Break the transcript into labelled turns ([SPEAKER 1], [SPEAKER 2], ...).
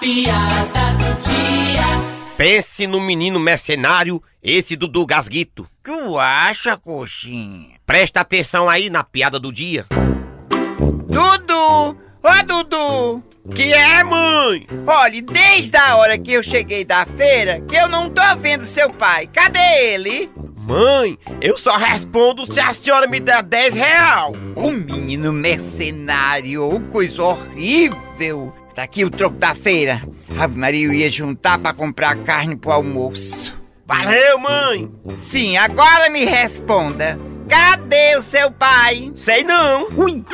[SPEAKER 1] piada do dia.
[SPEAKER 2] Pense no menino mercenário, esse Dudu Gasguito.
[SPEAKER 3] Tu acha, coxinha?
[SPEAKER 2] Presta atenção aí na piada do dia.
[SPEAKER 3] Dudu! Ô, Dudu!
[SPEAKER 2] Que é, mãe?
[SPEAKER 3] Olha, desde a hora que eu cheguei da feira, que eu não tô vendo seu pai. Cadê ele?
[SPEAKER 2] Mãe, eu só respondo se a senhora me der 10 real.
[SPEAKER 3] O menino mercenário, ô, coisa horrível. Tá aqui o troco da feira. Ave Maria, eu ia juntar pra comprar carne pro almoço.
[SPEAKER 2] Valeu, mãe.
[SPEAKER 3] Sim, agora me responda. Cadê o seu pai?
[SPEAKER 2] Sei não.
[SPEAKER 3] Ui!